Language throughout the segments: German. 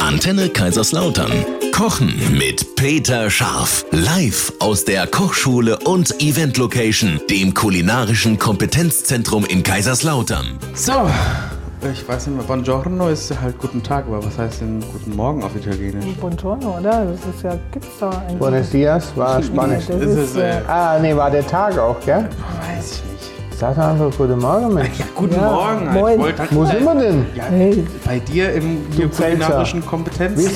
Antenne Kaiserslautern. Kochen mit Peter Scharf. Live aus der Kochschule und Event Location, dem kulinarischen Kompetenzzentrum in Kaiserslautern. So, ich weiß nicht mehr, Buongiorno ist halt guten Tag, aber was heißt denn guten Morgen auf Italienisch? Buongiorno, oder? Das ist ja, gibt's da eigentlich. Buenos Dias war Spanisch. Das Ist ist, es, äh, äh, Ah, nee, war der Tag auch, gell? Weiß ich nicht. Sag doch einfach Guten Morgen, Mensch. Ja, guten Ja, Morgen. halt. moin. Ich wollte halt- Wo sind wir denn? Ja, Hey. bei dir im hier Pfälzer. kulinarischen Wie sagt, wie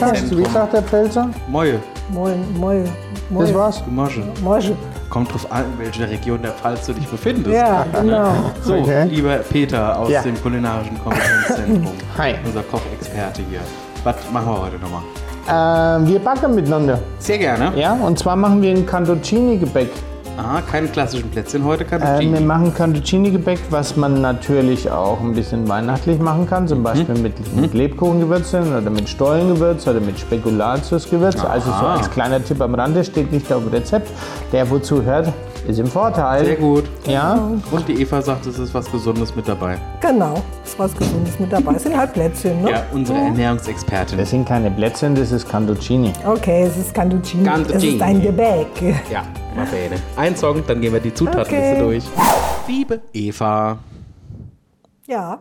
Kompetenzzentrum. sagt der Pfälzer? Moje, moin, moin, moin. Das war's. du Masche. Morsche. Kommt drauf an, in welcher Region der Pfalz du dich befindest. Ja, genau. So, Okay. lieber Peter aus Ja. dem kulinarischen Kompetenzzentrum. Hi. Unser Kochexperte hier. Was machen wir heute nochmal? Ähm, wir backen miteinander. Sehr gerne. Ja, und zwar machen wir ein Cantuccini-Gebäck. Aha, keine klassischen Plätzchen heute, kann ich Ähm, wir die- machen Cantuccini-Gebäck, was man natürlich auch ein bisschen weihnachtlich machen kann. Zum Beispiel mit, mit Lebkuchengewürzen oder mit Stollengewürz oder mit Spekulatiusgewürz. Also so als kleiner Tipp am Rande, steht nicht auf dem Rezept. Der, wozu hört, ist im Vorteil. Sehr gut. Ja, Und die Eva sagt, es ist was Gesundes mit dabei. Genau. Ist was Gesundes mit dabei. Es sind halt Plätzchen, ne? Ja, unsere Ernährungsexpertin. das sind keine Plätzchen, das ist Cantuccini. Okay, es ist Cantuccini. Es Cantuccini. ist ein Gebäck. Ja, mal bene. Ein Song, dann gehen wir die Zutatenliste Okay. durch. Liebe Eva, Ja.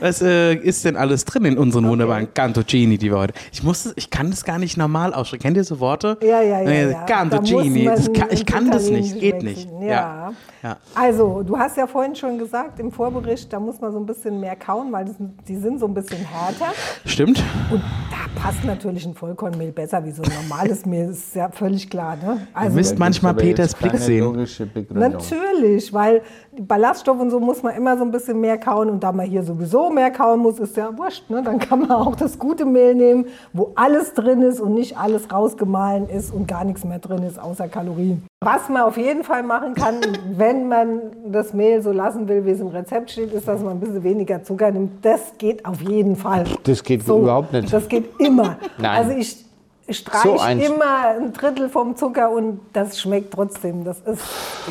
was äh, ist denn alles drin in unseren wunderbaren Cantuccini, die wir heute... Ich, muss, das- ich kann das gar nicht normal aussprechen. Kennt ihr so Worte? Ja, ja, ja, Äh, ja. Cantuccini. Da muss Das man kann, ich ins kann das nicht. Italienische Geht nicht. wechseln. Ja. Ja. Ja. Also, du hast ja vorhin schon gesagt im Vorbericht, da muss man so ein bisschen mehr kauen, weil das, die sind so ein bisschen härter. Stimmt. Und da passt natürlich ein Vollkornmehl besser wie so ein normales Mehl, ist ja völlig klar. Ne? Also, müsst manchmal Aber jetzt Peters Blick keine sehen. logische Begründung. Natürlich, weil die Ballaststoffe und so muss man immer so ein bisschen mehr kauen. Und da man hier sowieso mehr kauen muss, ist ja wurscht. Ne? Dann kann man auch das gute Mehl nehmen, wo alles drin ist und nicht alles rausgemahlen ist und gar nichts mehr drin ist, außer Kalorien. Was man auf jeden Fall machen kann, wenn man das Mehl so lassen will, wie es im Rezept steht, ist, dass man ein bisschen weniger Zucker nimmt. Das geht auf jeden Fall. Das geht überhaupt nicht. Das geht immer. Nein. Also ich streich So ein- immer ein Drittel vom Zucker und das schmeckt trotzdem. Das ist,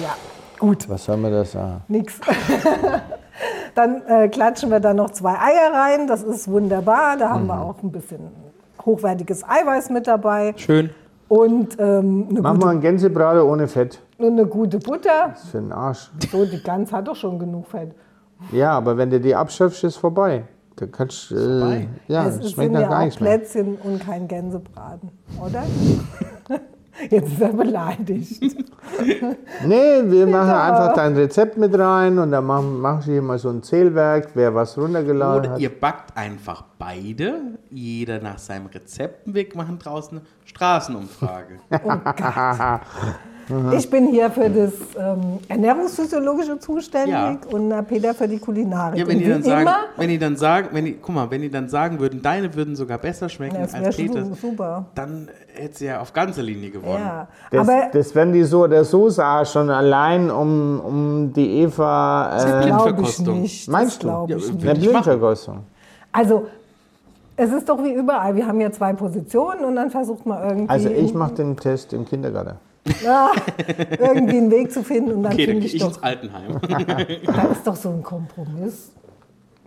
ja, gut, Was soll man da sagen? nix. dann äh, klatschen wir da noch zwei Eier rein. Das ist wunderbar. Da haben Mhm. wir auch ein bisschen hochwertiges Eiweiß mit dabei. Schön. Und ähm, eine, Mach gute, mal einen Gänsebraten ohne Fett. eine gute Butter. Für den Arsch. So, die Gans hat doch schon genug Fett. Ja, aber wenn du die abschöpfst, ist vorbei. Da kannst, äh, ja, es es ist- schmeckt sind nach ja gar auch nichts mehr. Plätzchen und kein Gänsebraten, oder? Jetzt ist er beleidigt. Nee, wir machen einfach dein Rezept mit rein und dann machen, mach ich hier mal so ein Zählwerk, wer was runtergeladen Oder hat. ihr backt einfach beide, jeder nach seinem Rezept. Wir machen draußen eine Straßenumfrage. Ich bin hier für das ähm, Ernährungsphysiologische zuständig Ja. und der Peter für die Kulinarik. Ja, wenn und die wie dann sagen, immer, wenn die dann sagen, wenn die, guck mal, wenn die dann sagen würden, deine würden sogar besser schmecken Ja, das wär als Peters, su- super. dann hätte sie ja auf ganze Linie gewonnen. ja. Das, aber das werden die so oder so sah, schon allein um, um die Eva. Äh, glaube ich Blindverkostung. nicht. Meinst das du? glaube Ja, ich will nicht. eine ich machen. Blindvergossung. Also, es ist doch wie überall. Wir haben ja zwei Positionen und dann versucht man irgendwie, Also ich mache den Test im Kindergarten. ah, irgendwie einen Weg zu finden und dann Okay, dann gehe finde ich, ich ins doch, Altenheim. dann ist doch so ein Kompromiss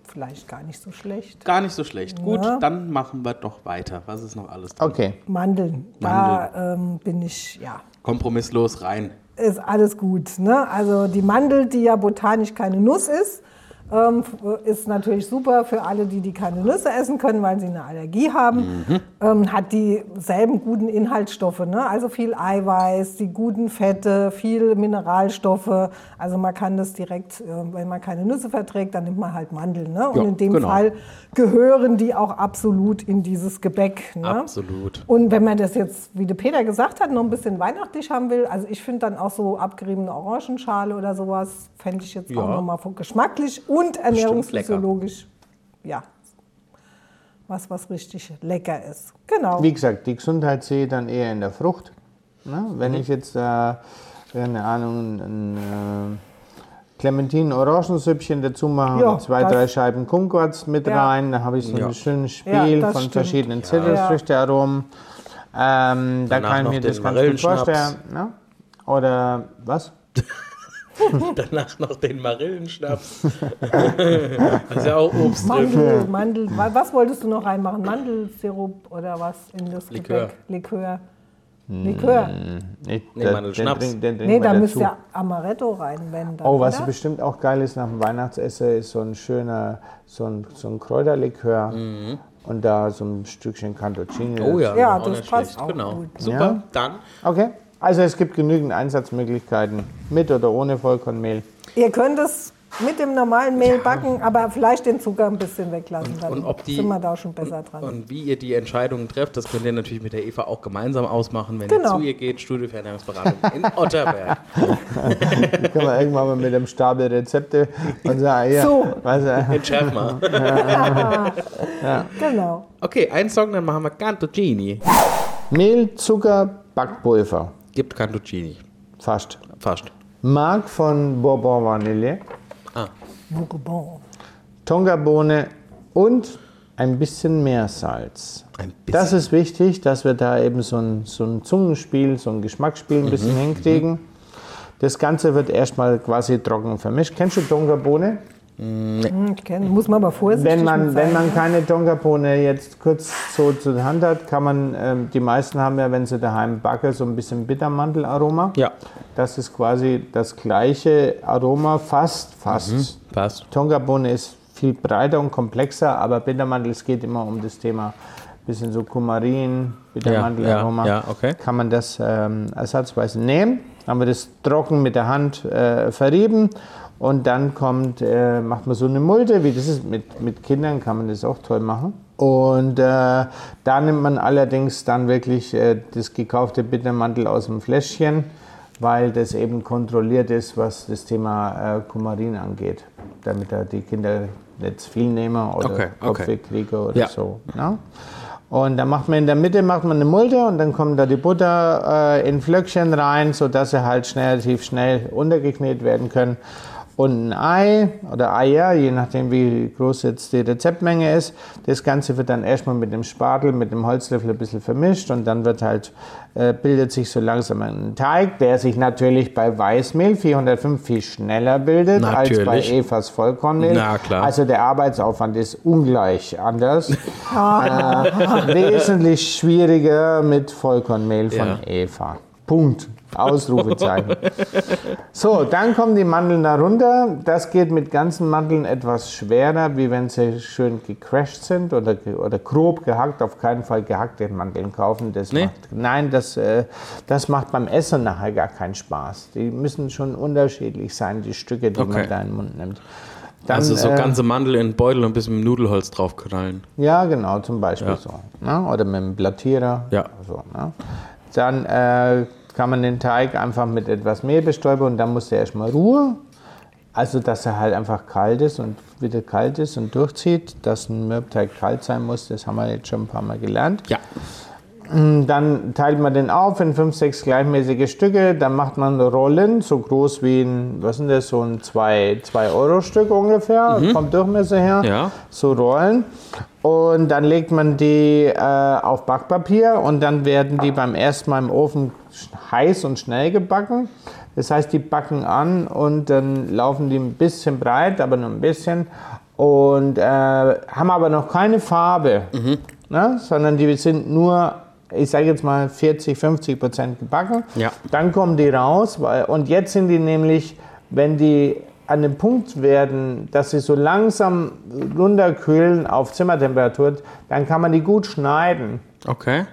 vielleicht gar nicht so schlecht. Gar nicht so schlecht. Gut, Ja. dann machen wir doch weiter. Was ist noch alles drin? Okay. Mandeln, da ähm, bin ich, ja. Kompromisslos rein. ist alles gut. Ne? Also die Mandel, die ja botanisch keine Nuss ist, ähm, f- ist natürlich super für alle, die, die keine Nüsse essen können, weil sie eine Allergie haben. Mhm. Ähm, hat dieselben guten Inhaltsstoffe, ne? also viel Eiweiß, die guten Fette, viel Mineralstoffe. Also man kann das direkt, äh, wenn man keine Nüsse verträgt, dann nimmt man halt Mandeln. Ne? Und Ja, in dem genau. Fall gehören die auch absolut in dieses Gebäck. Ne? Absolut. Und wenn man das jetzt, wie der Peter gesagt hat, noch ein bisschen weihnachtlich haben will, also ich finde dann auch so abgeriebene Orangenschale oder sowas, fände ich jetzt Ja. auch nochmal geschmacklich und ernährungsphysiologisch. Ja. Was, was richtig lecker ist. Genau. Wie gesagt, die Gesundheit sehe ich dann eher in der Frucht. Ne? Mhm. Wenn ich jetzt, äh, keine Ahnung, ein äh, Clementinen-Orangensüppchen dazu mache, Ja, mit zwei, das- drei Scheiben Kumquats mit Ja. rein, dann habe ich so Ja. ein schönes Spiel Ja, das von stimmt. verschiedenen Zitrusfrüchtearomen. Ähm, da Danach kann ich noch mir den das ganz gut Marillenschnaps. vorstellen. Ne? Oder was? Danach noch den Marillenschnaps. das ist ja auch Obst drin. Mandel, Mandel, wa- was wolltest du noch reinmachen? Mandelsirup oder was in das Likör. Gebäck? Likör. Likör. Ich, Nee, da- Mandel den Schnaps. trink- den trink Nee, mal da müsst Hm. dazu. ihr Amaretto rein, wenn dann. Oh, was oder? bestimmt auch geil ist nach dem Weihnachtsessen, ist so ein schöner, so ein, so ein Kräuterlikör und da so ein Stückchen Cantuccini. Mhm. Oh ja, Ja, auch das nicht passt schlecht. auch genau. gut. Super, Ja. dann. Okay, also es gibt genügend Einsatzmöglichkeiten, mit oder ohne Vollkornmehl. Ihr könnt es mit dem normalen Mehl backen, aber vielleicht den Zucker ein bisschen weglassen. Dann und ob die- sind wir da schon besser dran. Und wie ihr die Entscheidungen trefft, das könnt ihr natürlich mit der Eva auch gemeinsam ausmachen, wenn Genau. ihr zu ihr geht. Studio für Ernährungsberatung in Otterberg. Da können wir irgendwann mal mit dem Stapel Rezepte und sagen, ja, So. was, äh, Entschärf mal. genau. Okay, einen Song, dann machen wir Cantuccini. Mehl, Zucker, Backpulver, Gibt Cantuccini. fast. Fast. Mark von Bourbon Vanille, Ah, Bourbon. Tongabohne und ein bisschen Meersalz. ein bisschen. Das ist wichtig, dass wir da eben so ein, so ein Zungenspiel, so ein Geschmacksspiel Mhm. ein bisschen hinkriegen. Das Ganze wird erstmal quasi trocken vermischt. Kennst du Tonkabohne? Hm, ich kenn- muss man aber vorsichtig Wenn mit man, sein. wenn man keine Tonkabohne jetzt kurz so zur Hand hat, kann man, ähm, die meisten haben ja, wenn sie daheim backen, so ein bisschen Bittermantelaroma. Ja. Das ist quasi das gleiche Aroma, fast, fast. Mhm. passt. Tonkabohne ist viel breiter und komplexer, aber Bittermandel, es geht immer um das Thema bisschen so Kumarin, Bittermandelaroma. Ja, ja, ja, okay. Kann man das ähm, ersatzweise nehmen, haben wir das trocken mit der Hand äh, verrieben und dann kommt, äh, macht man so eine Mulde, wie das ist, mit, mit Kindern kann man das auch toll machen. Und äh, da nimmt man allerdings dann wirklich äh, das gekaufte Bittermandel aus dem Fläschchen, weil das eben kontrolliert ist, was das Thema äh, Kumarin angeht, damit da die Kinder nicht zu viel nehmen oder Okay, okay. Kopfweh kriegen oder Ja. so. Ne? Und dann macht man in der Mitte macht man eine Mulde und dann kommt da die Butter äh, in Flöckchen rein, sodass sie halt schnell, relativ schnell untergeknetet werden können. Und ein Ei oder Eier, je nachdem wie groß jetzt die Rezeptmenge ist. Das Ganze wird dann erstmal mit dem Spatel, mit dem Holzlöffel ein bisschen vermischt und dann wird halt, äh, bildet sich so langsam ein Teig, der sich natürlich bei Weißmehl 405 viel schneller bildet als Natürlich. bei Evas Vollkornmehl. Na klar. Also der Arbeitsaufwand ist ungleich anders. äh, wesentlich schwieriger mit Vollkornmehl von Ja. Eva. Punkt. Ausrufezeichen. so, dann kommen die Mandeln darunter. Das geht mit ganzen Mandeln etwas schwerer, wie wenn sie schön gecrashed sind oder, ge- oder grob gehackt. Auf keinen Fall gehackte Mandeln kaufen. Das Nee. macht, nein, das, äh, das macht beim Essen nachher gar keinen Spaß. Die müssen schon unterschiedlich sein, die Stücke, die Okay. man da in den Mund nimmt. Dann, Also so äh, ganze Mandel in den Beutel und ein bisschen mit Nudelholz draufknallen. ja, genau, zum Beispiel so. Ne? Oder mit einem Blattierer. Ja. So, ne? Dann äh, kann man den Teig einfach mit etwas Mehl bestäuben und dann muss der erstmal Ruhe. Also, dass er halt einfach kalt ist und wieder kalt ist und durchzieht. Dass ein Mürbteig kalt sein muss, das haben wir jetzt schon ein paar Mal gelernt. Ja. Und dann teilt man den auf in fünf, sechs gleichmäßige Stücke. Dann macht man Rollen, so groß wie ein, was sind das, so ein 2-Euro-Stück ungefähr, vom Durchmesser her. Mhm. Ja. So Rollen. Und dann legt man die äh, auf Backpapier und dann werden die beim ersten Mal im Ofen sch- heiß und schnell gebacken. Das heißt, die backen an und dann laufen die ein bisschen breit, aber nur ein bisschen. Und äh, haben aber noch keine Farbe, ne? sondern die sind nur, ich sage jetzt mal, 40, 50 Prozent gebacken. Ja. Dann kommen die raus weil, und jetzt sind die nämlich, wenn die an dem Punkt werden, dass sie so langsam runterkühlen auf Zimmertemperatur, dann kann man die gut schneiden. Okay.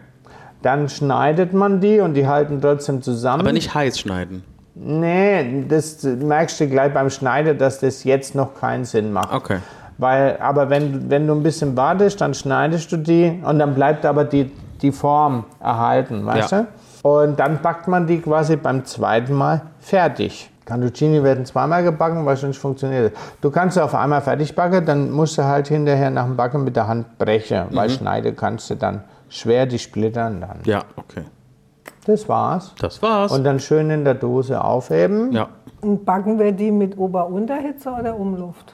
Dann schneidet man die und die halten trotzdem zusammen. Aber nicht heiß schneiden. Nee, das merkst du gleich beim Schneider, dass das jetzt noch keinen Sinn macht. Okay. Weil, aber wenn, wenn du ein bisschen wartest, dann schneidest du die und dann bleibt aber die, die Form erhalten, weißt Ja. du? Und dann backt man die quasi beim zweiten Mal fertig. Cantuccini werden zweimal gebacken, weil sonst funktioniert das. Du kannst sie auf einmal fertig backen, dann musst du halt hinterher nach dem Backen mit der Hand brechen, Mhm. weil schneide kannst du dann schwer, die splittern dann. Ja, okay. Das war's. Das war's. Und dann schön in der Dose aufheben. ja. Und backen wir die mit Ober-Unterhitze oder Umluft?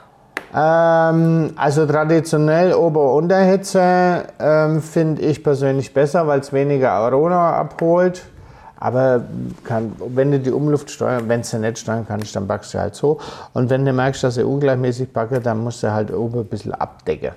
Ähm, also traditionell Ober-Unterhitze ähm, finde ich persönlich besser, weil es weniger Aroma abholt. Aber kann, wenn du die Umluft steuern, wenn du nicht steuern kannst, dann backst du halt so. Und wenn du merkst, dass er ungleichmäßig backe, dann musst du halt oben ein bisschen abdecken,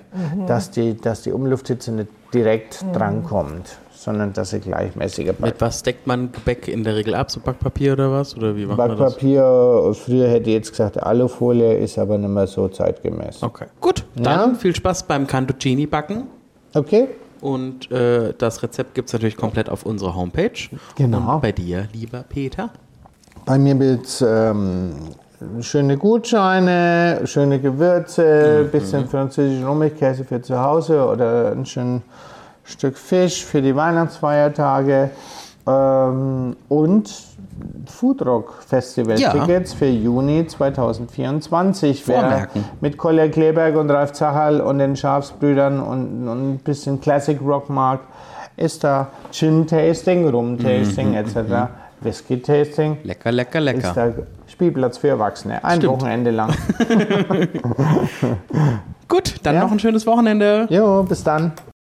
dass, die, dass die Umlufthitze nicht direkt drankommt, sondern dass sie gleichmäßiger backt. Mit was deckt man Gebäck in der Regel ab? So Backpapier oder was? Oder wie macht man das? Backpapier, früher hätte ich jetzt gesagt Alufolie, ist aber nicht mehr so zeitgemäß. Okay. Gut, dann viel Spaß beim Cantuccini backen. Okay? Und äh, das Rezept gibt es natürlich komplett auf unserer Homepage. Genau. Und bei dir, lieber Peter. Bei mir gibt's ähm, schöne Gutscheine, schöne Gewürze, Mhm. bisschen französischen Rummelkäse für zu Hause oder ein schönes Stück Fisch für die Weihnachtsfeiertage. Ähm, und Foodrock Festival Ja. Tickets für Juni 2024. Wer Vormerken. mit Kolja Kleberg und Ralf Zachal und den Schafsbrüdern und, und ein bisschen Classic Rock mag, ist da Gin Tasting, Rum Mhm. Tasting etc., Whisky Tasting Lecker, lecker, lecker. ist der Spielplatz für Erwachsene. Ein Stimmt. Wochenende lang. Gut, dann Ja. noch ein schönes Wochenende. Jo, bis dann.